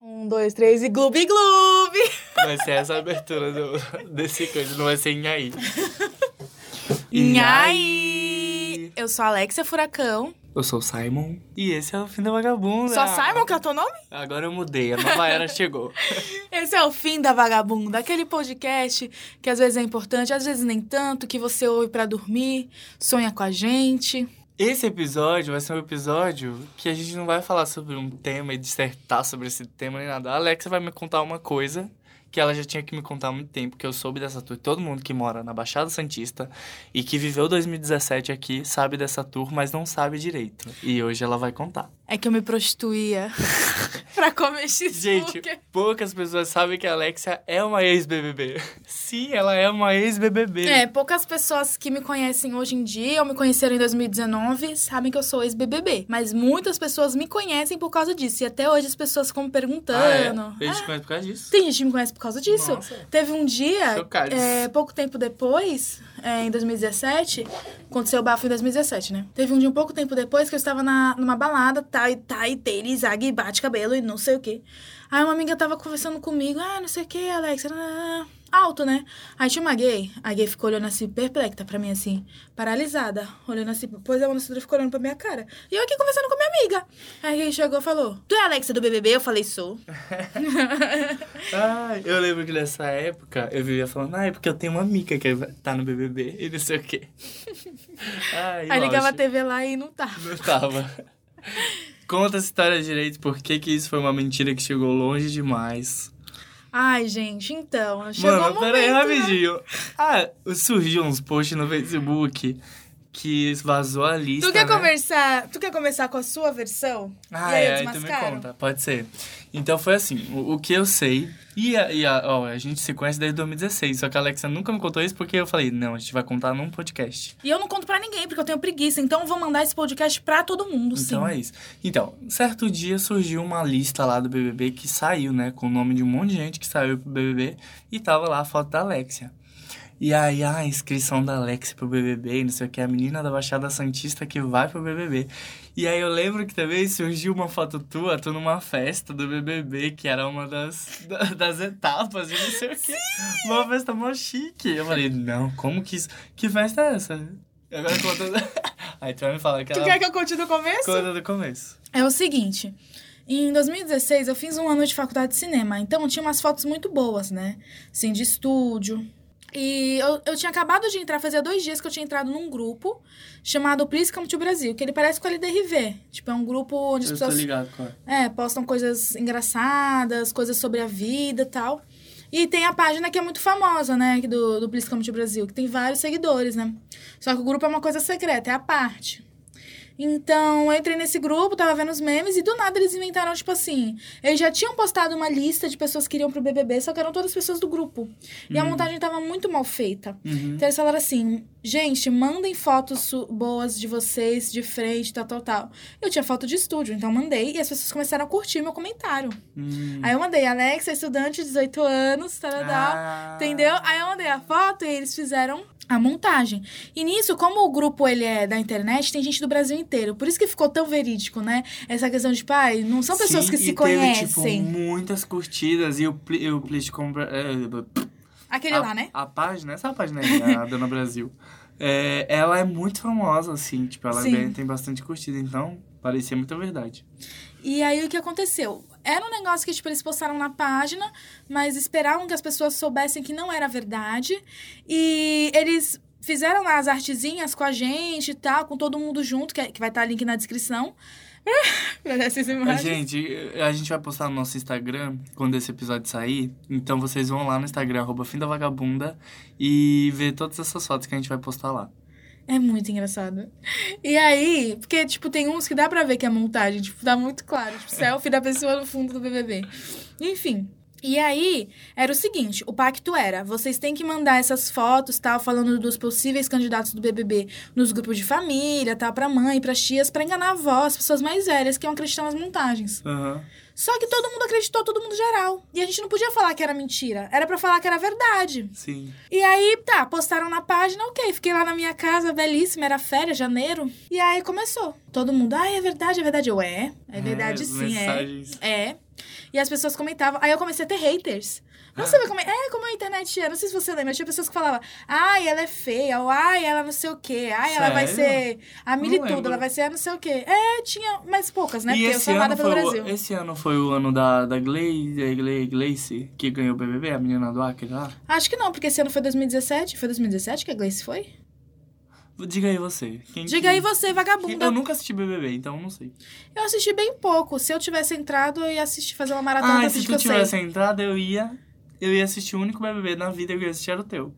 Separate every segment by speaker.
Speaker 1: Um, dois, três e gloob, gloob!
Speaker 2: Vai ser essa a abertura do- desse coisa, não vai ser Inhaí.
Speaker 1: Nhaí! Eu sou a Alexia Furacão.
Speaker 2: Eu sou o Simon. E esse é o fim da vagabunda.
Speaker 1: Só Simon que é o teu nome?
Speaker 2: Agora eu mudei, a nova era chegou.
Speaker 1: Esse é o fim da Vagabunda, aquele podcast que às vezes é importante, às vezes nem tanto, que você ouve pra dormir, sonha com a gente.
Speaker 2: Esse episódio vai ser um episódio que a gente não vai falar sobre um tema e dissertar sobre esse tema nem nada. A Alexa vai me contar uma coisa que ela já tinha que me contar há muito tempo, que eu soube dessa tour. Todo mundo que mora na Baixada Santista e que viveu 2017 aqui sabe dessa tour, mas não sabe direito. E hoje ela vai contar.
Speaker 1: É que eu me prostituía pra comer cheeseburger.
Speaker 2: Gente, poucas pessoas sabem que a Alexia é uma ex-BBB. Sim, ela é uma ex-BBB.
Speaker 1: É, poucas pessoas que me conhecem hoje em dia ou me conheceram em 2019 sabem que eu sou ex-BBB. Mas muitas pessoas me conhecem por causa disso. E até hoje as pessoas ficam me perguntando.
Speaker 2: Ah, é? Eles te conhecem por causa disso.
Speaker 1: tá Tem gente que me conhece por causa disso.
Speaker 2: Nossa.
Speaker 1: Teve um dia,
Speaker 2: Chocalhos.
Speaker 1: é, pouco tempo depois, é, em 2017, aconteceu o bafo em 2017, né? Teve um dia, um pouco tempo depois, que eu estava na, numa balada, tá, e tá, e tênis, zague, e bate cabelo e não sei o quê. Aí uma amiga tava conversando comigo, ah, não sei o quê, Alex, nananã, alto, né? Aí tinha uma gay, a gay ficou olhando assim, perplexa pra mim, assim, paralisada, olhando assim, pois a mão na cintura ficou olhando pra minha cara. E eu aqui conversando com a minha amiga. Aí a gay chegou e falou, tu é a Alexa do BBB? Eu falei, sou.
Speaker 2: Ai, eu lembro que nessa época eu vivia falando, ah, é porque eu tenho uma amiga que tá no BBB e não sei o quê. Ai,
Speaker 1: Aí ligava a
Speaker 2: lógico,
Speaker 1: TV lá e não tava.
Speaker 2: Não tava. Conta essa história direito, por que que isso foi uma mentira que chegou longe demais.
Speaker 1: Ai, gente, então, chegou o
Speaker 2: Mano,
Speaker 1: momento,
Speaker 2: peraí,
Speaker 1: né?
Speaker 2: rapidinho. Ah, surgiu uns posts no Facebook que vazou a lista,
Speaker 1: Tu quer,
Speaker 2: né?
Speaker 1: conversar, tu quer começar com a sua versão?
Speaker 2: Ah,
Speaker 1: e aí eu
Speaker 2: é, aí tu me
Speaker 1: desmascaro?
Speaker 2: conta. Pode ser. Então foi assim, o, o que eu sei... E, a, e a, ó, a gente se conhece desde 2016, só que a Alexa nunca me contou isso porque eu falei, não, a gente vai contar num podcast.
Speaker 1: E eu não conto pra ninguém, porque eu tenho preguiça. Então eu vou mandar esse podcast pra todo mundo, sim.
Speaker 2: Então é isso. Então, certo dia surgiu uma lista lá do BBB que saiu, né? Com o nome de um monte de gente que saiu pro BBB e tava lá a foto da Alexia. E aí, ah, a inscrição da Alexia pro BBB, não sei o que, a menina da Baixada Santista que vai pro BBB. E aí eu lembro que também surgiu uma foto tua, tu numa festa do BBB, que era uma das, da- das etapas, eu não sei o que. Uma festa mó chique. Eu falei, não, como que isso... Que festa é essa? Agora conta... Aí tu vai me falar que
Speaker 1: Tu
Speaker 2: ela
Speaker 1: quer que eu conte do começo?
Speaker 2: Conta do começo.
Speaker 1: É o seguinte. Em 2016, eu fiz um ano de faculdade de cinema. Então, tinha umas fotos muito boas, né? Assim, de estúdio. E eu, eu tinha acabado de entrar, fazia dois dias que eu tinha entrado num grupo chamado Please Come to Brasil, que ele parece com o LDRV. Tipo, é um grupo onde as
Speaker 2: Eu tô
Speaker 1: pessoas
Speaker 2: ligado, cara.
Speaker 1: É, postam coisas engraçadas, coisas sobre a vida e tal. E tem a página que é muito famosa, né, que do, do Please Come to Brasil, que tem vários seguidores, né? Só que o grupo é uma coisa secreta, é a parte. Então, eu entrei nesse grupo, tava vendo os memes, e do nada eles inventaram, tipo assim. Eles já tinham postado uma lista de pessoas que iriam pro BBB, só que eram todas pessoas do grupo. E a montagem tava muito mal feita.
Speaker 2: Uhum.
Speaker 1: Então eles falaram assim, gente, mandem fotos su- boas de vocês, de frente, tal, tal, tal. Eu tinha foto de estúdio, então mandei e as pessoas começaram a curtir meu comentário.
Speaker 2: Hum.
Speaker 1: Aí eu mandei, Alexa, estudante, 18 anos, tarará,
Speaker 2: Ah.
Speaker 1: entendeu? Aí eu mandei a foto e eles fizeram a montagem. E nisso, como o grupo ele é da internet, tem gente do Brasil inteiro. Por isso que ficou tão verídico, né? Essa questão de, pai, não são pessoas
Speaker 2: Sim,
Speaker 1: que
Speaker 2: e
Speaker 1: se
Speaker 2: teve,
Speaker 1: conhecem.
Speaker 2: Tipo, muitas curtidas e o pli- e o Please compra. é,
Speaker 1: Aquele
Speaker 2: a,
Speaker 1: lá, né?
Speaker 2: A página, essa página aí, a Dona Brasil. É, ela é muito famosa, assim, tipo, ela é
Speaker 1: Sim.
Speaker 2: bem- tem bastante curtida, então parecia muita verdade.
Speaker 1: E aí o que aconteceu? Era um negócio que, tipo, eles postaram na página, mas esperavam que as pessoas soubessem que não era verdade. E eles fizeram lá as artezinhas com a gente e tal, com todo mundo junto, que, que vai estar link na descrição. pra essas imagens.
Speaker 2: É, Gente, a gente vai postar no nosso Instagram quando esse episódio sair. Então vocês vão lá no Instagram, arroba fim da vagabunda, e ver todas essas fotos que a gente vai postar lá.
Speaker 1: É muito engraçado. E aí, porque, tipo, tem uns que dá pra ver que é montagem, tipo, dá muito claro. Tipo, selfie da pessoa no fundo do BBB. Enfim. E aí, era o seguinte, o pacto era, vocês têm que mandar essas fotos, tal, falando dos possíveis candidatos do BBB nos grupos de família, tal, pra mãe, pras tias, pra enganar a avó, as pessoas mais velhas que iam acreditar nas montagens.
Speaker 2: Aham.
Speaker 1: Só que todo mundo acreditou, todo mundo geral. E a gente não podia falar que era mentira, era pra falar que era verdade.
Speaker 2: Sim.
Speaker 1: E aí, tá, postaram na página, ok. Fiquei lá na minha casa, belíssima, era férias, janeiro. E aí começou. Todo mundo, ai, é verdade, é verdade. Eu, é, é verdade sim, é.
Speaker 2: mensagens.
Speaker 1: É. E as pessoas comentavam. Aí eu comecei a ter haters.
Speaker 2: Ah.
Speaker 1: Não sei como é, é, como a internet é. Não sei se você lembra. Tinha pessoas que falavam, ai, ela é feia, ou ai, ela não sei o quê, ai, ela vai ser
Speaker 2: Sério?
Speaker 1: a
Speaker 2: Não
Speaker 1: militudo,
Speaker 2: lembro.
Speaker 1: ela vai ser a não sei o quê. É, tinha, mas poucas, né?
Speaker 2: e
Speaker 1: Porque eu
Speaker 2: esse
Speaker 1: sou amada
Speaker 2: ano,
Speaker 1: pelo
Speaker 2: foi
Speaker 1: Brasil.
Speaker 2: o, esse ano foi o ano da, da Glaze, Glaze, Glaze, que ganhou o BBB, a menina do Acre lá.
Speaker 1: Acho que não, porque esse ano foi 2017. Foi 2017 que a Gleice foi?
Speaker 2: Diga aí você. Quem
Speaker 1: Diga
Speaker 2: que-
Speaker 1: aí Tá, você,
Speaker 2: quem-
Speaker 1: vagabunda.
Speaker 2: Eu nunca assisti BBB, então eu não sei.
Speaker 1: Eu assisti bem pouco. Se eu tivesse entrado, eu ia assistir, fazer uma maratona
Speaker 2: ah,
Speaker 1: pra
Speaker 2: e se
Speaker 1: assistir tá, que
Speaker 2: tu
Speaker 1: eu sei.
Speaker 2: tivesse entrado, eu ia... Eu ia assistir o único BBB na vida que eu ia assistir era o teu.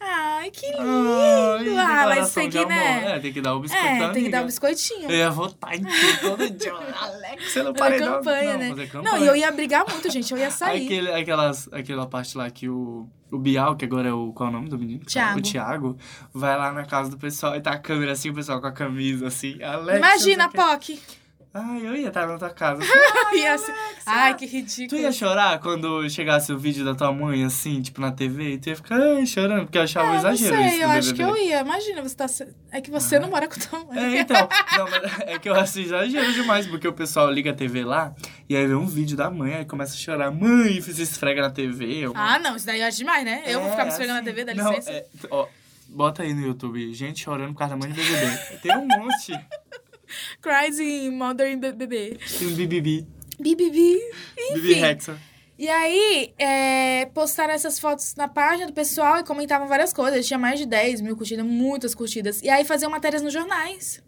Speaker 1: Ai,
Speaker 2: Ah,
Speaker 1: que lindo!
Speaker 2: Ai,
Speaker 1: Ah, mas
Speaker 2: declaração
Speaker 1: tem
Speaker 2: de
Speaker 1: que,
Speaker 2: amor.
Speaker 1: né?
Speaker 2: É, tem que dar o biscoito
Speaker 1: É,
Speaker 2: da
Speaker 1: tem que dar um
Speaker 2: amiga.
Speaker 1: biscoitinho.
Speaker 2: Eu ia votar em ti todo dia. Alex, você não
Speaker 1: Fazer
Speaker 2: parei
Speaker 1: campanha,
Speaker 2: não.
Speaker 1: né?
Speaker 2: Fazer campanha.
Speaker 1: Não, e eu ia brigar muito, gente. Eu ia sair.
Speaker 2: Aquele, aquelas, aquela parte lá que o, o Bial, que agora é o. Qual é o nome do menino?
Speaker 1: Thiago.
Speaker 2: O Thiago, vai lá na casa do pessoal e tá a câmera assim, o pessoal com a camisa assim. Alex.
Speaker 1: Imagina,
Speaker 2: não sei o quê.
Speaker 1: POC.
Speaker 2: Ai, eu ia estar na tua casa.
Speaker 1: Ia assim, Ai, que
Speaker 2: tu
Speaker 1: ridículo.
Speaker 2: ia chorar quando chegasse o vídeo da tua mãe, assim, tipo, na TV, e tu ia ficar ai, chorando, porque eu achava um
Speaker 1: Ah, não
Speaker 2: exagero isso.
Speaker 1: sei, eu
Speaker 2: do
Speaker 1: acho que
Speaker 2: BBB.
Speaker 1: eu ia. Imagina, você tá. se- É que você não mora com tua mãe.
Speaker 2: Ah. É, então. Não, mas é que eu acho exagero demais, porque o pessoal liga a TV lá e aí vê um vídeo da mãe, aí começa a chorar. Mãe, se esfrega na TV. alguma-
Speaker 1: Ah, não, isso daí eu acho demais, né? Eu vou
Speaker 2: É,
Speaker 1: ficar me esfregando
Speaker 2: assim.
Speaker 1: na TV, dá
Speaker 2: Não,
Speaker 1: licença.
Speaker 2: é, ó, bota aí no YouTube, gente chorando por causa da mãe do BBB. Tem um monte.
Speaker 1: Cries in Mother in BBB.
Speaker 2: Tem um BBB,
Speaker 1: BBB.
Speaker 2: BBB Hexa.
Speaker 1: E aí, é, postaram essas fotos na página do pessoal e comentavam várias coisas. Tinha mais de 10 mil curtidas, muitas curtidas. E aí faziam matérias nos jornais.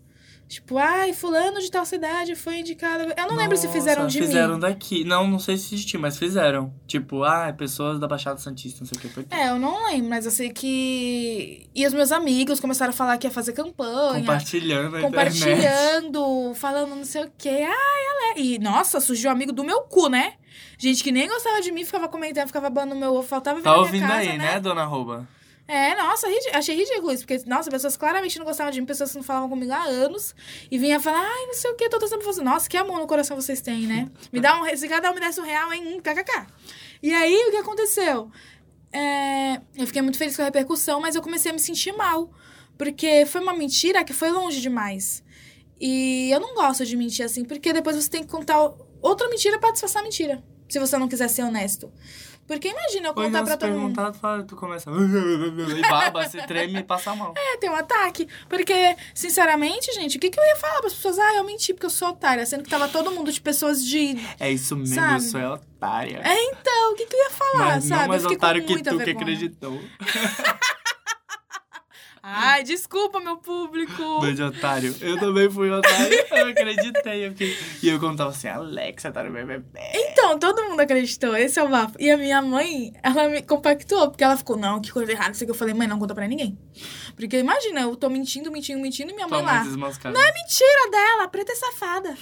Speaker 1: Tipo, ai, fulano de tal cidade foi indicado. Eu não lembro se fizeram de
Speaker 2: Fizeram
Speaker 1: mim.
Speaker 2: daqui. Não, não sei se de ti, mas fizeram. Tipo, ah, pessoas da Baixada Santista, não sei o que. Foi
Speaker 1: É, eu não lembro, mas eu sei que. E os meus amigos começaram a falar que ia fazer campanha.
Speaker 2: compartilhando a internet.
Speaker 1: compartilhando, falando não sei o quê. Ai, ela é. E nossa, surgiu amigo do meu cu, né? Gente que nem gostava de mim, ficava comentando, ficava banando meu ovo, faltava vir
Speaker 2: Tá
Speaker 1: na minha
Speaker 2: ouvindo
Speaker 1: casa,
Speaker 2: aí, né, dona Arroba?
Speaker 1: É, nossa, rid- achei ridículo isso, porque, nossa, pessoas claramente não gostavam de mim, pessoas que não falavam comigo há anos, e vinha falar, ai, não sei o que, tô torcendo pra você. Nossa, que amor no coração vocês têm, né? Me dá um, re- se cada um me desse um real, hein, Hum, kkk. E aí, o que aconteceu? É, eu fiquei muito feliz com a repercussão, mas eu comecei a me sentir mal, porque foi uma mentira que foi longe demais. E eu não gosto de mentir assim, porque depois você tem que contar o- outra mentira pra disfarçar a mentira, se você não quiser ser honesto. Porque imagina eu
Speaker 2: Pois
Speaker 1: contar
Speaker 2: não,
Speaker 1: pra
Speaker 2: se
Speaker 1: todo mundo.
Speaker 2: perguntar, tu, fala- tu começa... E baba, se treme e passa mal.
Speaker 1: É, tem um ataque. Porque, sinceramente, gente, o que, que eu ia falar para as pessoas? Ah, eu menti porque eu sou otária. Sendo que tava todo mundo de pessoas de.
Speaker 2: É isso mesmo,
Speaker 1: Sabe?
Speaker 2: eu sou é otária.
Speaker 1: É, então, o que, que eu ia falar,
Speaker 2: mas
Speaker 1: sabe?
Speaker 2: não mais
Speaker 1: eu fiquei
Speaker 2: otário
Speaker 1: com
Speaker 2: que
Speaker 1: muita
Speaker 2: tu que
Speaker 1: vergonha.
Speaker 2: acreditou.
Speaker 1: Ai, desculpa, meu público.
Speaker 2: Mas de otário. Eu também fui otário, eu acreditei. Eu fiquei... E eu contava assim, Alexa, tá no BBB.
Speaker 1: Então, todo mundo acreditou, esse é o bafo. E a minha mãe, ela me compactou, porque ela ficou, não, que coisa errada, isso que eu falei, mãe, não conta pra ninguém. Porque imagina, eu tô mentindo, mentindo, mentindo, e minha mãe
Speaker 2: Tua
Speaker 1: lá. é
Speaker 2: mãe desmascarou.
Speaker 1: Mentira dela, a preta é safada.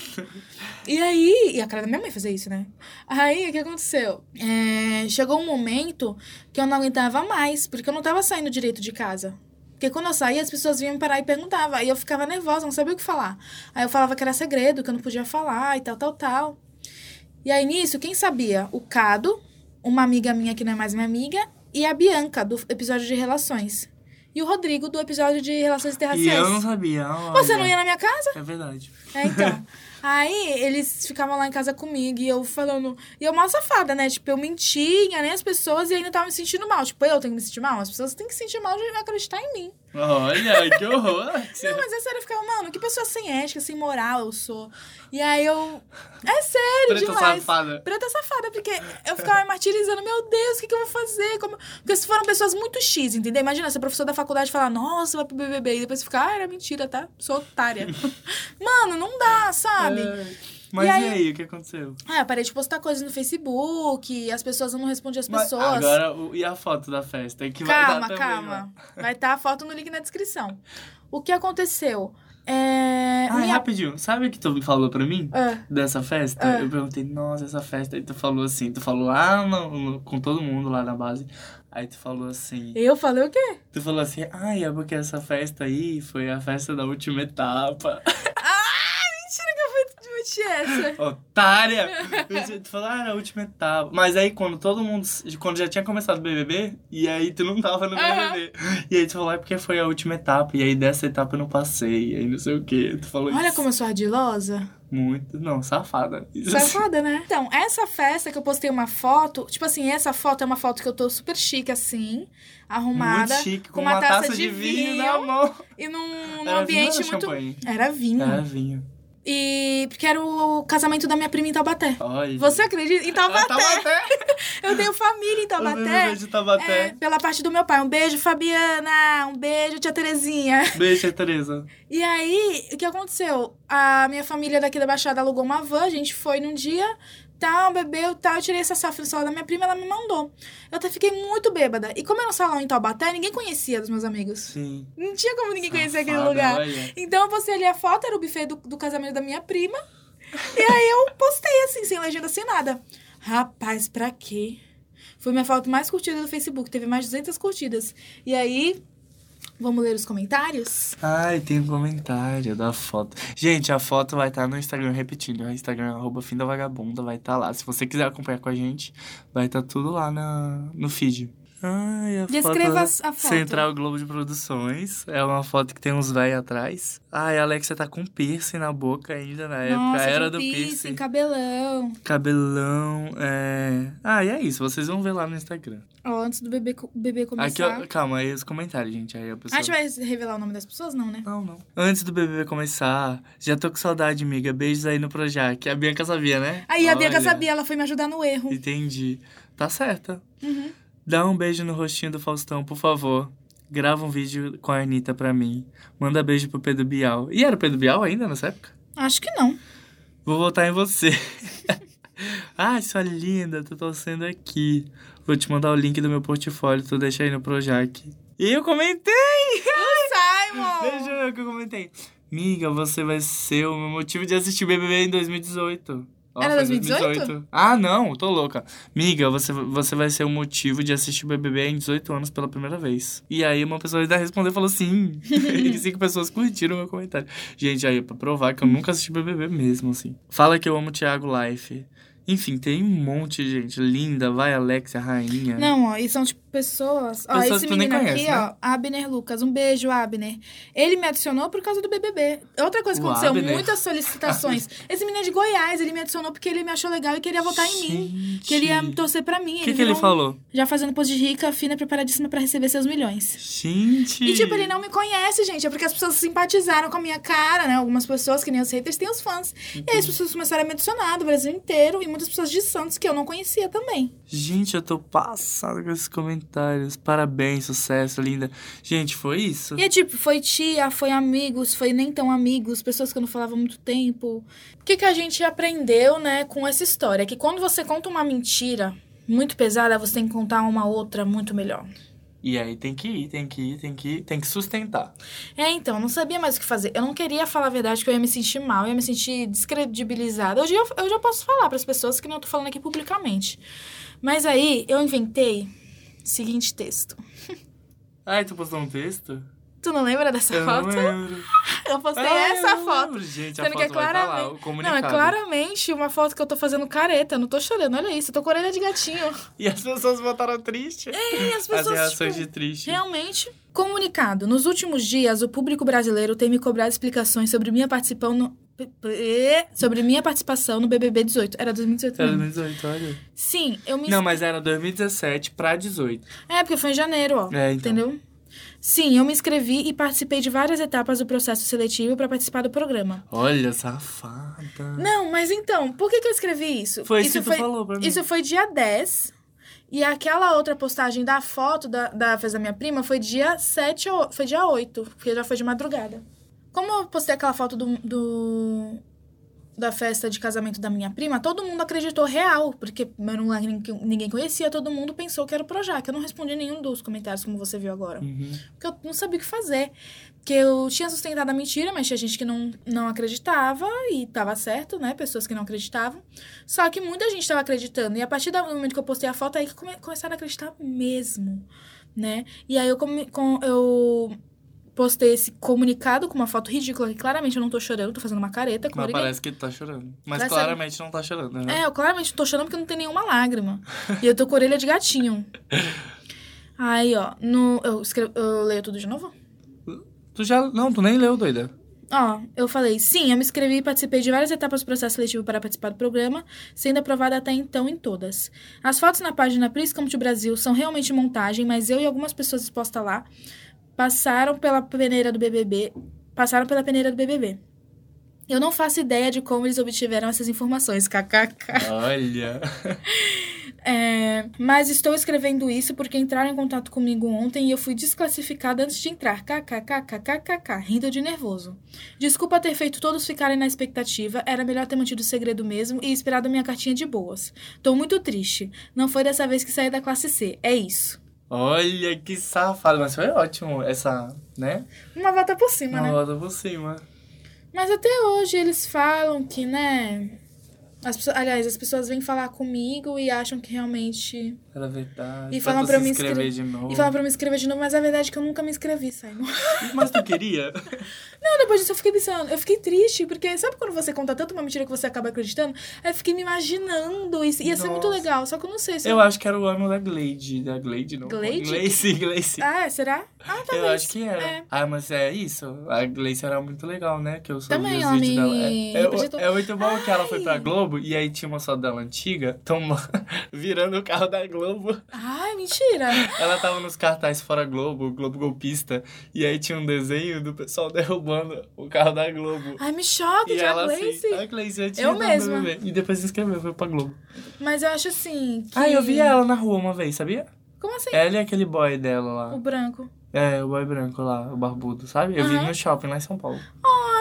Speaker 1: e aí, e a cara da minha mãe fazer isso, né? Aí, o que aconteceu? É, chegou um momento que eu não aguentava mais, porque eu não tava saindo direito de casa. Porque quando eu saía, as pessoas vinham me parar e perguntavam. Aí eu ficava nervosa, não sabia o que falar. Aí eu falava que era segredo, que eu não podia falar e tal, tal, tal. E aí, nisso, quem sabia? O Cado, uma amiga minha que não é mais minha amiga, e a Bianca, do episódio de Relações. E o Rodrigo, do episódio de Relações
Speaker 2: E eu não
Speaker 1: Interraciais.
Speaker 2: sabia. olha.
Speaker 1: Você não ia na minha casa?
Speaker 2: É verdade.
Speaker 1: É, então. Aí eles ficavam lá em casa comigo e eu falando. E eu mal safada, né? Tipo, eu menti, enganei as pessoas e ainda tava me sentindo mal. Tipo, eu tenho que me sentir mal? As pessoas têm que se sentir mal de acreditar em mim.
Speaker 2: Olha, que horror. Alexa.
Speaker 1: Não, mas é sério, eu ficava, mano, que pessoa sem ética, sem moral eu sou. E aí eu. É sério,
Speaker 2: Preta
Speaker 1: demais.
Speaker 2: safada.
Speaker 1: Preta safada, porque eu ficava me martirizando, meu Deus, o que, que eu vou fazer? Como... Porque se foram pessoas muito X, entendeu? Imagina, se a professora da faculdade falar, nossa, vai pro BBB, e depois você fica, ah, era mentira, tá? Sou otária. Mano, não dá, sabe?
Speaker 2: Ai. É. Mas
Speaker 1: E
Speaker 2: e
Speaker 1: aí-
Speaker 2: aí? o que aconteceu?
Speaker 1: Ah, eu parei de postar coisas no Facebook, as pessoas eu não respondiam as
Speaker 2: Mas
Speaker 1: pessoas.
Speaker 2: Agora, o- e a foto da festa? Que
Speaker 1: calma,
Speaker 2: vai dar
Speaker 1: calma. Vai estar a foto no link na descrição. O que aconteceu? É.
Speaker 2: Também, né? Ai,
Speaker 1: minha...
Speaker 2: rapidinho. Sabe o que tu falou pra mim?
Speaker 1: Ah,
Speaker 2: dessa festa,
Speaker 1: Ah.
Speaker 2: eu perguntei, nossa, essa festa. Aí tu falou assim, tu falou lá no- no- com todo mundo lá na base. Aí tu falou assim,
Speaker 1: eu falei o quê?
Speaker 2: tu falou assim, ai, é porque essa festa aí foi a festa da última etapa.
Speaker 1: Mentira que eu fui admitir essa.
Speaker 2: Otária! tu falou, ah, era a última etapa. Mas aí quando todo mundo, quando já tinha começado o BBB, e aí tu não tava no
Speaker 1: Aham.
Speaker 2: BBB. E aí tu falou, é porque foi a última etapa, e aí dessa etapa eu não passei, e aí não sei o que. Tu falou
Speaker 1: Olha
Speaker 2: isso.
Speaker 1: como eu sou ardilosa.
Speaker 2: Muito. Não, safada. Isso assim.
Speaker 1: Safada, né? Então, essa festa que eu postei uma foto, tipo assim, essa foto é uma foto que eu tô super chique, assim, arrumada.
Speaker 2: Muito chique, com uma, taça, de vinho, na mão.
Speaker 1: E num, num
Speaker 2: Era vinho
Speaker 1: um ambiente
Speaker 2: ou
Speaker 1: muito. Hum.
Speaker 2: champanhe? É.
Speaker 1: Era vinho.
Speaker 2: Era vinho.
Speaker 1: E. Porque era o casamento da minha prima em Taubaté.
Speaker 2: Olha.
Speaker 1: Você acredita? Em
Speaker 2: Ela
Speaker 1: Taubaté.
Speaker 2: tá Taubaté.
Speaker 1: Eu tenho família em
Speaker 2: Eu
Speaker 1: Taubaté.
Speaker 2: lembrei de
Speaker 1: É,
Speaker 2: Taubaté.
Speaker 1: pela parte do meu pai. Um beijo, Fabiana. Um beijo, tia Terezinha.
Speaker 2: Beijo, Tereza.
Speaker 1: E aí, o que aconteceu? A minha família daqui da Baixada alugou uma van, a gente foi num dia, tal, bebeu, tal. Eu tirei essa selfie no salão da minha prima, ela me mandou. Eu até fiquei muito bêbada. E como era um salão em Taubaté, ninguém conhecia dos meus amigos.
Speaker 2: Sim.
Speaker 1: Não tinha como ninguém conhecer aquele
Speaker 2: Safada,
Speaker 1: lugar.
Speaker 2: olha.
Speaker 1: Então eu postei ali a foto, era o buffet do, do casamento da minha prima. E aí eu postei assim, sem legenda, sem nada. Rapaz, pra quê? Foi minha foto mais curtida do Facebook, teve mais de 200 curtidas. E aí, vamos ler os comentários?
Speaker 2: Ai, tem um comentário da foto. Gente, a foto vai estar no Instagram, repetindo. O Instagram arroba fim da vagabunda vai estar lá. Se você quiser acompanhar com a gente, vai estar tudo lá na, no feed. Ai, a
Speaker 1: Descreva
Speaker 2: foto...
Speaker 1: a foto.
Speaker 2: Central Globo de Produções. É uma foto que tem uns véi atrás. Ai, a Alexia tá com piercing na boca ainda na época.
Speaker 1: Nossa,
Speaker 2: é, era
Speaker 1: com
Speaker 2: do piercing.
Speaker 1: cabelão.
Speaker 2: Cabelão, é... Ah, e é isso. Vocês vão ver lá no Instagram.
Speaker 1: Ó, antes do bebê, co- bebê
Speaker 2: Aqui,
Speaker 1: começar.
Speaker 2: ó, calma, aí os comentários, gente. Aí a pessoa...
Speaker 1: A gente vai revelar o nome das pessoas? Não, né?
Speaker 2: Não, não. Antes do BBB começar, já tô com saudade, amiga. Beijos aí no Projac. A Bianca sabia, né?
Speaker 1: Aí a Bianca
Speaker 2: Olha,
Speaker 1: sabia, ela foi me ajudar no erro.
Speaker 2: Entendi. Tá certa.
Speaker 1: Uhum.
Speaker 2: Dá um beijo no rostinho do Faustão, por favor. Grava um vídeo com a Anitta pra mim. Manda beijo pro Pedro Bial. E era o Pedro Bial ainda nessa época?
Speaker 1: Acho que não.
Speaker 2: Vou votar em você. Ai, sua linda, tô torcendo aqui. Vou te mandar o link do meu portfólio, tu deixa aí no Projac. E eu comentei! Beijo
Speaker 1: Simon!
Speaker 2: eu que eu comentei. Miga, você vai ser o meu motivo de assistir BBB em 2018. Ó,
Speaker 1: Era
Speaker 2: foi
Speaker 1: 2018?
Speaker 2: Ah, não, tô louca. Miga, você, você vai ser o motivo de assistir BBB em 18 anos pela primeira vez. E aí uma pessoa ainda respondeu e falou sim. e cinco pessoas curtiram meu comentário. Gente, aí pra provar que eu nunca assisti BBB mesmo, assim. Fala que eu amo o Thiago Life. Enfim, tem um monte de gente linda. Vai, Alexia, rainha.
Speaker 1: Não, ó, e são tipo pessoas. Ó,
Speaker 2: Pessoas
Speaker 1: esse
Speaker 2: que tu nem
Speaker 1: menino aqui,
Speaker 2: conhece, né?
Speaker 1: ó, Abner Lucas. Um beijo, Abner. Ele me adicionou por causa do BBB. Outra coisa que
Speaker 2: O
Speaker 1: aconteceu,
Speaker 2: Abner.
Speaker 1: muitas solicitações. esse menino é de Goiás, ele me adicionou porque ele me achou legal e queria votar em mim.
Speaker 2: Gente.
Speaker 1: Que ele ia torcer pra mim.
Speaker 2: O que, que ele
Speaker 1: virou um-
Speaker 2: falou?
Speaker 1: Já fazendo pose de rica, fina, preparadíssima pra receber seus milhões.
Speaker 2: Gente.
Speaker 1: E, tipo, ele não me conhece, gente. É porque as pessoas simpatizaram com a minha cara, né? Algumas pessoas, que nem os haters, têm os fãs. E
Speaker 2: Uhum.
Speaker 1: aí as pessoas começaram a me adicionar do Brasil inteiro. E muitas pessoas de Santos que eu não conhecia também.
Speaker 2: Gente, eu tô passado com esses comentários. Parabéns, sucesso, linda. Gente, foi isso?
Speaker 1: E é tipo, foi tia, foi amigos, foi nem tão amigos. Pessoas que eu não falava há muito tempo. O que, que a gente aprendeu, né, com essa história? É que quando você conta uma mentira muito pesada, você tem que contar uma outra muito melhor.
Speaker 2: E aí tem que ir, tem que ir, tem que ir, tem que sustentar.
Speaker 1: É, então, eu não sabia mais o que fazer. Eu não queria falar a verdade, que eu ia me sentir mal, eu ia me sentir descredibilizada. Hoje eu, eu já posso falar para as pessoas que não tô falando aqui publicamente. Mas aí eu inventei o seguinte texto.
Speaker 2: Ai, tu postou um texto?
Speaker 1: Tu não lembra dessa
Speaker 2: Eu
Speaker 1: foto?
Speaker 2: não lembro.
Speaker 1: Eu postei
Speaker 2: Ai, eu
Speaker 1: essa
Speaker 2: não
Speaker 1: foto.
Speaker 2: lembro, gente, a
Speaker 1: Sendo
Speaker 2: foto
Speaker 1: que é
Speaker 2: vai tá lá,
Speaker 1: claramente-
Speaker 2: o
Speaker 1: Não,
Speaker 2: comunicado.
Speaker 1: é claramente uma foto que eu tô fazendo careta. Eu não tô chorando, olha isso. Eu tô com a orelha de gatinho.
Speaker 2: E as pessoas botaram triste.
Speaker 1: E as
Speaker 2: As
Speaker 1: pessoas. tipo,
Speaker 2: reações de triste.
Speaker 1: Realmente. Comunicado. Nos últimos dias, o público brasileiro tem me cobrado explicações sobre minha participação no... p- p- Sobre minha participação no BBB 18. Era 2018
Speaker 2: Era
Speaker 1: mesmo.
Speaker 2: 2018, olha.
Speaker 1: Sim, eu me...
Speaker 2: Não, mas era 2017 pra 18.
Speaker 1: É, porque foi em janeiro, ó.
Speaker 2: É, então.
Speaker 1: Entendeu? Sim, eu me inscrevi e participei de várias etapas do processo seletivo pra participar do programa.
Speaker 2: Olha, safada.
Speaker 1: Não, mas então, por que, que eu escrevi isso?
Speaker 2: Foi isso
Speaker 1: isso
Speaker 2: que tu falou pra mim.
Speaker 1: Isso foi dia 10. E aquela outra postagem da foto da, da fez da minha prima foi dia 7 ou foi dia 8, porque já foi de madrugada. Como eu postei aquela foto do, do- da festa de casamento da minha prima, todo mundo acreditou real, porque meu lugar ninguém- ninguém conhecia, todo mundo pensou que era o Projac. Eu não respondi nenhum dos comentários, como você viu agora.
Speaker 2: Uhum.
Speaker 1: Porque eu não sabia o que fazer. Porque eu tinha sustentado a mentira, mas tinha gente que não, não acreditava e tava certo, né? Pessoas que não acreditavam. Só que muita gente tava acreditando. E a partir do momento que eu postei a foto, aí que come- começaram a acreditar mesmo, né? E aí eu, come- com, eu postei esse comunicado com uma foto ridícula, que claramente eu não tô chorando, tô fazendo uma careta com
Speaker 2: Mas
Speaker 1: orelha.
Speaker 2: parece que tu tá chorando. Mas
Speaker 1: Parece-
Speaker 2: claramente não tá chorando, né?
Speaker 1: É, eu claramente não tô chorando porque não tem nenhuma lágrima. e eu tô com orelha de gatinho. Aí, ó, no, eu, escrevo, eu leio tudo de novo?
Speaker 2: Tu já. Não, tu nem leu, doida.
Speaker 1: Ó, eu falei, sim, eu me inscrevi e participei de várias etapas do processo seletivo para participar do programa, sendo aprovada até então em todas. As fotos na página Prince Comedy Brasil são realmente montagem, mas eu e algumas pessoas expostas lá passaram pela peneira do BBB, passaram pela peneira do BBB. Eu não faço ideia de como eles obtiveram essas informações, kkk.
Speaker 2: Olha.
Speaker 1: É, mas estou escrevendo isso porque entraram em contato comigo ontem e eu fui desclassificada antes de entrar. KKKKKKK, rindo de nervoso. Desculpa ter feito todos ficarem na expectativa, era melhor ter mantido o segredo mesmo e esperado minha cartinha de boas. Tô muito triste. Não foi dessa vez que saí da classe C, é isso.
Speaker 2: Olha que safado, mas foi ótimo essa, né?
Speaker 1: Uma volta por cima,
Speaker 2: Uma
Speaker 1: né?
Speaker 2: volta por cima.
Speaker 1: Mas até hoje eles falam que, né? As pessoas- aliás, as pessoas vêm falar comigo e acham que realmente.
Speaker 2: Era verdade.
Speaker 1: E falam
Speaker 2: tu
Speaker 1: pra
Speaker 2: se
Speaker 1: mim
Speaker 2: inscrever de novo.
Speaker 1: E falam pra eu me inscrever de novo, mas a verdade é que eu nunca me inscrevi, Simon.
Speaker 2: Mas tu queria?
Speaker 1: Não, depois disso eu fiquei pensando, eu fiquei triste, porque sabe quando você conta tanto uma mentira que você acaba acreditando? Aí eu fiquei me imaginando, e ia ser muito
Speaker 2: Nossa.
Speaker 1: legal, só que eu não sei se.
Speaker 2: Eu acho que era o ano da Glade. Da Glade, não.
Speaker 1: Glade?
Speaker 2: Glace, Glace.
Speaker 1: Ah, é, será? Ah, talvez.
Speaker 2: Eu acho que era.
Speaker 1: É.
Speaker 2: Ah, mas é isso. A Gleice era muito legal, né? Que eu só
Speaker 1: Também
Speaker 2: vi os
Speaker 1: ela
Speaker 2: vídeos
Speaker 1: me
Speaker 2: dela. É, é,
Speaker 1: representou.
Speaker 2: é muito bom que ela foi pra
Speaker 1: Ai.
Speaker 2: Globo e aí tinha uma só dela antiga, toma, virando o carro da Globo.
Speaker 1: Ai, mentira.
Speaker 2: Ela tava nos cartazes fora Globo, Globo Golpista, e aí tinha um desenho do pessoal derrubando o carro da Globo.
Speaker 1: Ai, me choca
Speaker 2: E
Speaker 1: de a
Speaker 2: ela
Speaker 1: Glace.
Speaker 2: assim, a Gleice eu tinha
Speaker 1: Eu
Speaker 2: dado
Speaker 1: mesma.
Speaker 2: bebê. E depois se inscreveu, foi pra Globo.
Speaker 1: Mas eu acho assim. Que...
Speaker 2: Ah, eu vi ela na rua uma vez, sabia?
Speaker 1: Como assim?
Speaker 2: Ela e aquele boy dela
Speaker 1: O
Speaker 2: lá.
Speaker 1: branco.
Speaker 2: É, o boy branco lá, o barbudo, sabe? Eu vi
Speaker 1: Aham.
Speaker 2: no shopping lá em São Paulo.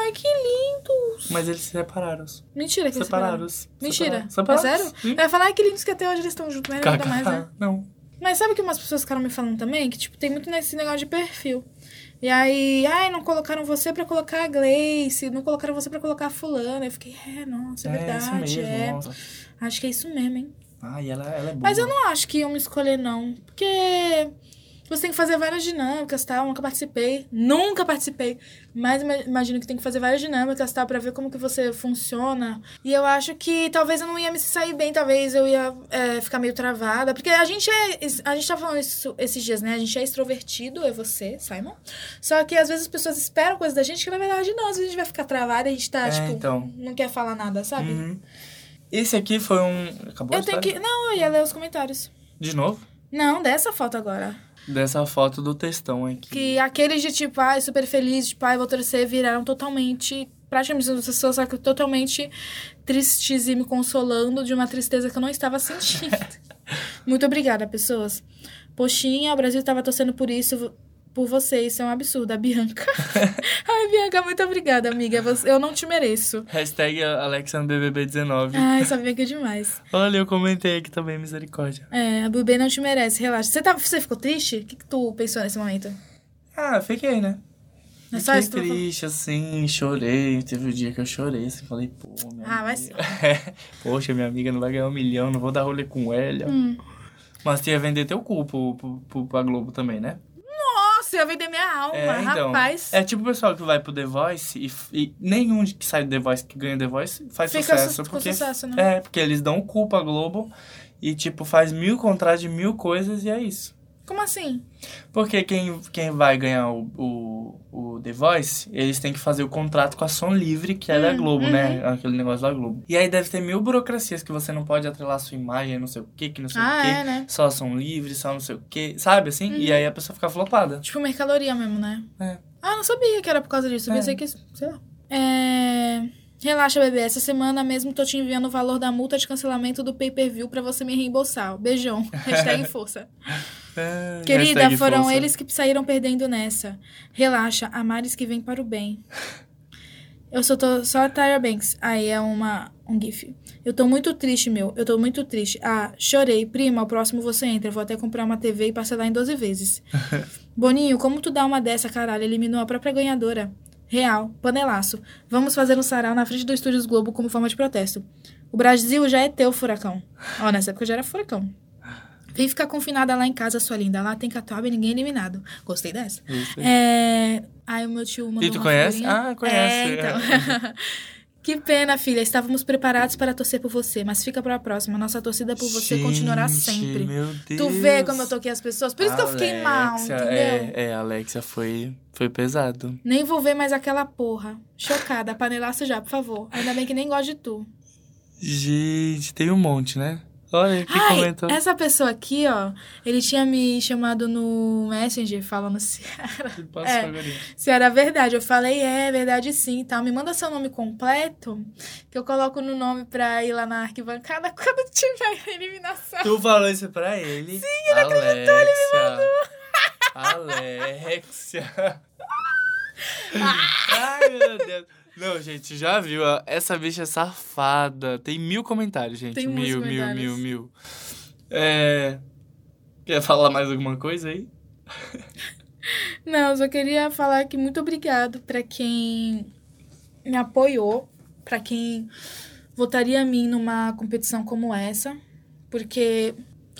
Speaker 1: Ai, que lindos.
Speaker 2: Mas eles se separaram.
Speaker 1: Mentira que eles
Speaker 2: Separaram.
Speaker 1: Mentira.
Speaker 2: Separaram.
Speaker 1: É sério?
Speaker 2: Sim.
Speaker 1: Eu ia falar "Ai, que lindos que até hoje eles estão juntos, mas nada mais, né?
Speaker 2: Não.
Speaker 1: Mas sabe que umas pessoas ficaram me falando também? Que, tipo, tem muito nesse negócio de perfil. E aí, ai, não colocaram você pra colocar a Gleice, não colocaram você pra colocar a fulana. Eu fiquei, é, nossa, é, verdade,
Speaker 2: isso mesmo.
Speaker 1: é.
Speaker 2: Nossa.
Speaker 1: Acho que é isso mesmo, hein?
Speaker 2: Ai, ela, ela é boa.
Speaker 1: Mas eu não acho que iam me escolher, não. Porque você tem que fazer várias dinâmicas, tal. Nunca participei, nunca participei. Mas ima- imagino que tem que fazer várias dinâmicas, tal, pra ver como que você funciona. E eu acho que talvez eu não ia me sair bem, talvez eu ia é, ficar meio travada. Porque a gente é. A gente tá falando isso esses dias, né? A gente é extrovertido, é você, Simon. Só que às vezes as pessoas esperam coisas da gente que na verdade não. Às vezes a gente vai ficar travada, a gente tá,
Speaker 2: É,
Speaker 1: tipo,
Speaker 2: então.
Speaker 1: não quer falar nada, sabe?
Speaker 2: Uhum. Esse aqui foi um. Acabou a
Speaker 1: Eu tenho
Speaker 2: história?
Speaker 1: que. Não, eu ia ler os comentários.
Speaker 2: De novo?
Speaker 1: Não, dessa foto agora.
Speaker 2: Dessa foto do textão aqui.
Speaker 1: Que aqueles de tipo, ai, super feliz, de pai, vou torcer, viraram totalmente. Praticamente as pessoas, só que totalmente tristes e me consolando de uma tristeza que eu não estava sentindo. Muito obrigada, pessoas. Poxinha, o Brasil estava torcendo por isso, vo- por você. Isso é um absurdo. A Bianca. ai, Bianca, muito obrigada, amiga. Você- Eu não te mereço.
Speaker 2: Hashtag AlexandBBB19.
Speaker 1: Ai, essa Bianca é demais.
Speaker 2: Olha, eu comentei aqui também, misericórdia.
Speaker 1: É, a Bubê não te merece, relaxa. Você, tá, você ficou triste? O que, que tu pensou nesse momento?
Speaker 2: Ah, fiquei, né?
Speaker 1: É só
Speaker 2: fiquei
Speaker 1: isso que eu vou falar.
Speaker 2: triste, assim, chorei. Teve um dia que eu chorei, assim, falei, pô, minha
Speaker 1: Ah, vai
Speaker 2: amiga. Poxa, minha amiga não vai ganhar um milhão, não vou dar rolê com ela.
Speaker 1: Hum.
Speaker 2: Mas tu ia vender teu cu pro, pro, pro- pra Globo também, né?
Speaker 1: Nossa, eu ia vender minha alma, rapaz.
Speaker 2: É tipo o pessoal que vai pro The Voice e, e nenhum de que sai do The Voice, que ganha The Voice, faz
Speaker 1: Fica
Speaker 2: sucesso.
Speaker 1: su- com
Speaker 2: porque,
Speaker 1: sucesso, né?
Speaker 2: É, porque eles dão culpa à Globo e, tipo, faz mil contratos de mil coisas e é isso.
Speaker 1: Como assim?
Speaker 2: Porque quem, quem vai ganhar o, o, o The Voice, eles têm que fazer o contrato com a Som Livre, que é da
Speaker 1: Hum,
Speaker 2: Globo,
Speaker 1: uhum.
Speaker 2: né? Aquele negócio da Globo. E aí deve ter mil burocracias que você não pode atrelar a sua imagem, não sei o que, que não sei o
Speaker 1: Ah,
Speaker 2: Tipo, quê.
Speaker 1: é, Uhum. né?
Speaker 2: Só Som Livre, só não sei o que, sabe assim? E aí a pessoa fica flopada.
Speaker 1: Tipo mercadoria mesmo, né?
Speaker 2: É.
Speaker 1: Ah, não sabia que era por causa disso. Eu
Speaker 2: É.
Speaker 1: pensei que. Sei lá. É. Relaxa, bebê. Essa semana mesmo tô te enviando o valor da multa de cancelamento do pay-per-view pra você me reembolsar. Beijão. Hashtag força.
Speaker 2: Ai,
Speaker 1: Querida,
Speaker 2: Ah, hashtag
Speaker 1: foram
Speaker 2: força.
Speaker 1: eles que saíram perdendo nessa. Relaxa, há mares que vem para o bem. Eu só tô só a Tyra Banks. Aí é uma um gif. Eu tô muito triste, meu. Eu tô muito triste. Ah, chorei. Prima, o próximo você entra. Vou até comprar uma TV e parcelar em 12 vezes. Boninho, como tu dá uma dessa, caralho? Eliminou a própria ganhadora. Real, panelaço. Vamos fazer um sarau na frente do Estúdios Globo como forma de protesto. O Brasil já é teu, furacão. Ó, nessa época eu já era furacão. Vem ficar confinada lá em casa, sua linda. Lá tem catuaba e ninguém é eliminado. Gostei dessa.
Speaker 2: Gostei.
Speaker 1: É... Aí o meu tio mandou
Speaker 2: E tu
Speaker 1: uma
Speaker 2: conhece?
Speaker 1: figurinha.
Speaker 2: Ah, conhece.
Speaker 1: É, então. Que pena, filha. Estávamos preparados para torcer por você, mas fica para a próxima. Nossa torcida por você continuará
Speaker 2: Gente,
Speaker 1: sempre.
Speaker 2: Meu Deus.
Speaker 1: Tu vê como eu toquei as pessoas? Por isso que eu fiquei mal,
Speaker 2: Alexia,
Speaker 1: entendeu?
Speaker 2: É, é, Alexia foi, foi pesado.
Speaker 1: Nem vou ver mais aquela porra. Chocada, panelaço já, por favor. Ainda bem que nem gosto de tu.
Speaker 2: Gente, teve um monte, né? Olha que
Speaker 1: Ai, é,
Speaker 2: comentou.
Speaker 1: essa pessoa aqui, ó, ele tinha me chamado no Messenger falando se, é. se era verdade. Eu falei, é verdade sim e tal. Me manda seu nome completo, que eu coloco no nome pra ir lá na arquibancada quando tiver a eliminação.
Speaker 2: Tu falou isso pra ele? Sim, ele acreditou, ele me mandou. Alexia. Ai, meu Deus. Não, gente, já viu? Essa bicha é safada. Tem mil comentários, gente.
Speaker 1: Tem muitos
Speaker 2: mil, mil,
Speaker 1: comentários.
Speaker 2: mil, mil. É... Quer falar mais alguma coisa aí?
Speaker 1: Não, eu só queria falar que muito obrigado pra quem me apoiou, pra quem votaria a mim numa competição como essa, porque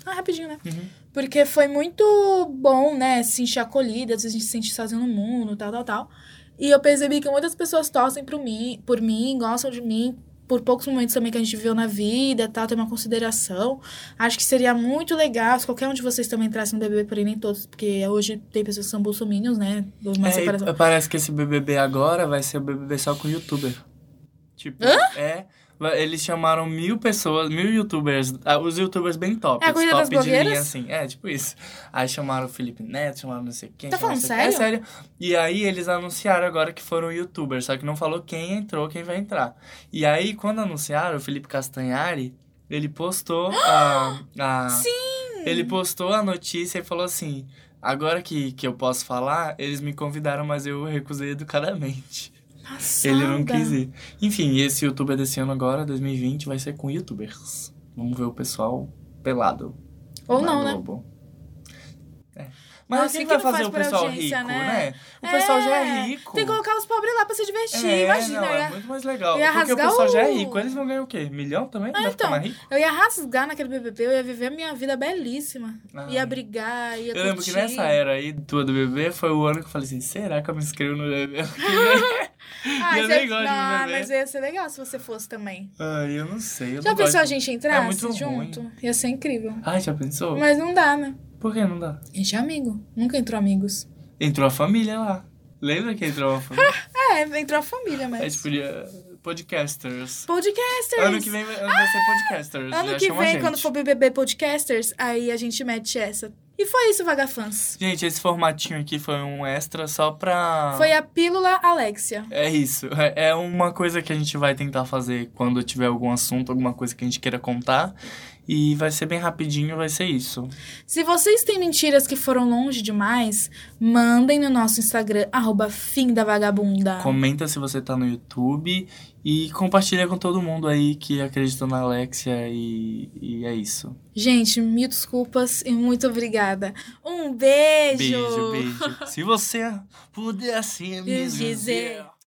Speaker 1: ah, rapidinho, né?
Speaker 2: Uhum.
Speaker 1: Porque foi muito bom, né, se sentir acolhida, às vezes a gente se sente sozinho no mundo, tal, tal, tal. E eu percebi que muitas pessoas torcem por mim, por mim, gostam de mim, por poucos momentos também que a gente viveu na vida, tal, tem uma consideração. Acho que seria muito legal se qualquer um de vocês também entrasse no BBB, porém nem todos, porque hoje tem pessoas que são bolsominions, né? Houve Uma
Speaker 2: É,
Speaker 1: separação.
Speaker 2: e parece que esse BBB agora vai ser o BBB só com youtuber. Tipo, é. vai- Eles chamaram mil pessoas, mil youtubers, ah, os youtubers bem top,
Speaker 1: É a
Speaker 2: os
Speaker 1: corrida
Speaker 2: top
Speaker 1: das
Speaker 2: de
Speaker 1: blogueiras?
Speaker 2: linha, assim. É, tipo isso. Aí chamaram o Felipe Neto, chamaram não sei quem.
Speaker 1: Tá
Speaker 2: chamaram
Speaker 1: falando
Speaker 2: não sei- É sério. E aí eles anunciaram agora que foram youtubers, só que não falou quem entrou, quem vai entrar. E aí, quando anunciaram, o Felipe Castanhari, ele postou a. a
Speaker 1: Sim!
Speaker 2: ele postou a notícia e falou assim: agora que, que eu posso falar, eles me convidaram, mas eu recusei educadamente.
Speaker 1: Passada.
Speaker 2: Ele não quis ir. Enfim, esse youtuber desse ano agora, 2020, vai ser com youtubers. Vamos ver o pessoal pelado.
Speaker 1: Ou
Speaker 2: na
Speaker 1: não, né?
Speaker 2: Globo. É. Mas
Speaker 1: Nossa,
Speaker 2: quem
Speaker 1: o
Speaker 2: vai
Speaker 1: que não
Speaker 2: fazer
Speaker 1: faz
Speaker 2: o
Speaker 1: pra
Speaker 2: pessoal
Speaker 1: audiência,
Speaker 2: rico,
Speaker 1: né?
Speaker 2: né? O pessoal já
Speaker 1: É,
Speaker 2: é rico.
Speaker 1: Tem que colocar os pobres lá pra se divertir,
Speaker 2: É,
Speaker 1: imagina.
Speaker 2: não,
Speaker 1: eu ia-
Speaker 2: é muito mais legal.
Speaker 1: ia
Speaker 2: Porque o
Speaker 1: rasgar
Speaker 2: pessoal já é
Speaker 1: o-
Speaker 2: rico. Eles vão ganhar o quê? Milhão também? vai
Speaker 1: então.
Speaker 2: ficar mais rico?
Speaker 1: Eu ia rasgar naquele BBB, eu ia viver a minha vida belíssima.
Speaker 2: Ah.
Speaker 1: Ia brigar, ia
Speaker 2: Eu lembro que
Speaker 1: curtir.
Speaker 2: nessa era aí tua do bebê foi o ano que eu falei assim: será que eu me inscrevo no bebê?
Speaker 1: Ah,
Speaker 2: eu
Speaker 1: você-
Speaker 2: nem gosto de
Speaker 1: Ah,
Speaker 2: BBB.
Speaker 1: mas ia ser legal se você fosse também.
Speaker 2: Ai, eu não sei. Eu
Speaker 1: Já
Speaker 2: não
Speaker 1: pensou
Speaker 2: gosto.
Speaker 1: a gente entrar
Speaker 2: É muito ruim.
Speaker 1: junto? Ia ser incrível.
Speaker 2: Ai, já pensou?
Speaker 1: Mas não dá, né?
Speaker 2: Por que não dá?
Speaker 1: A gente é amigo. Nunca entrou amigos.
Speaker 2: Entrou a família lá. Lembra que entrou a família?
Speaker 1: É, entrou a família, mas.
Speaker 2: é tipo de- podcasters.
Speaker 1: Podcasters!
Speaker 2: Ano que vem vai vai ser podcasters.
Speaker 1: Ano
Speaker 2: já
Speaker 1: que
Speaker 2: chama a
Speaker 1: vem,
Speaker 2: gente.
Speaker 1: quando for BBB Podcasters, aí a gente mete essa. E foi isso, Vagafans.
Speaker 2: Gente, esse formatinho aqui foi um extra só pra.
Speaker 1: Foi a Pílula Alexia.
Speaker 2: É isso. É é uma coisa que a gente vai tentar fazer quando tiver algum assunto, alguma coisa que a gente queira contar. E vai ser bem rapidinho, vai ser isso.
Speaker 1: Se vocês têm mentiras que foram longe demais, mandem no nosso Instagram, arroba fim da vagabunda.
Speaker 2: Comenta se você tá no YouTube e compartilha com todo mundo aí que acredita na Alexia e, e é isso.
Speaker 1: Gente, mil desculpas e muito obrigada. Um beijo!
Speaker 2: Beijo, beijo. se você pudesse me
Speaker 1: Dizer.
Speaker 2: dizer.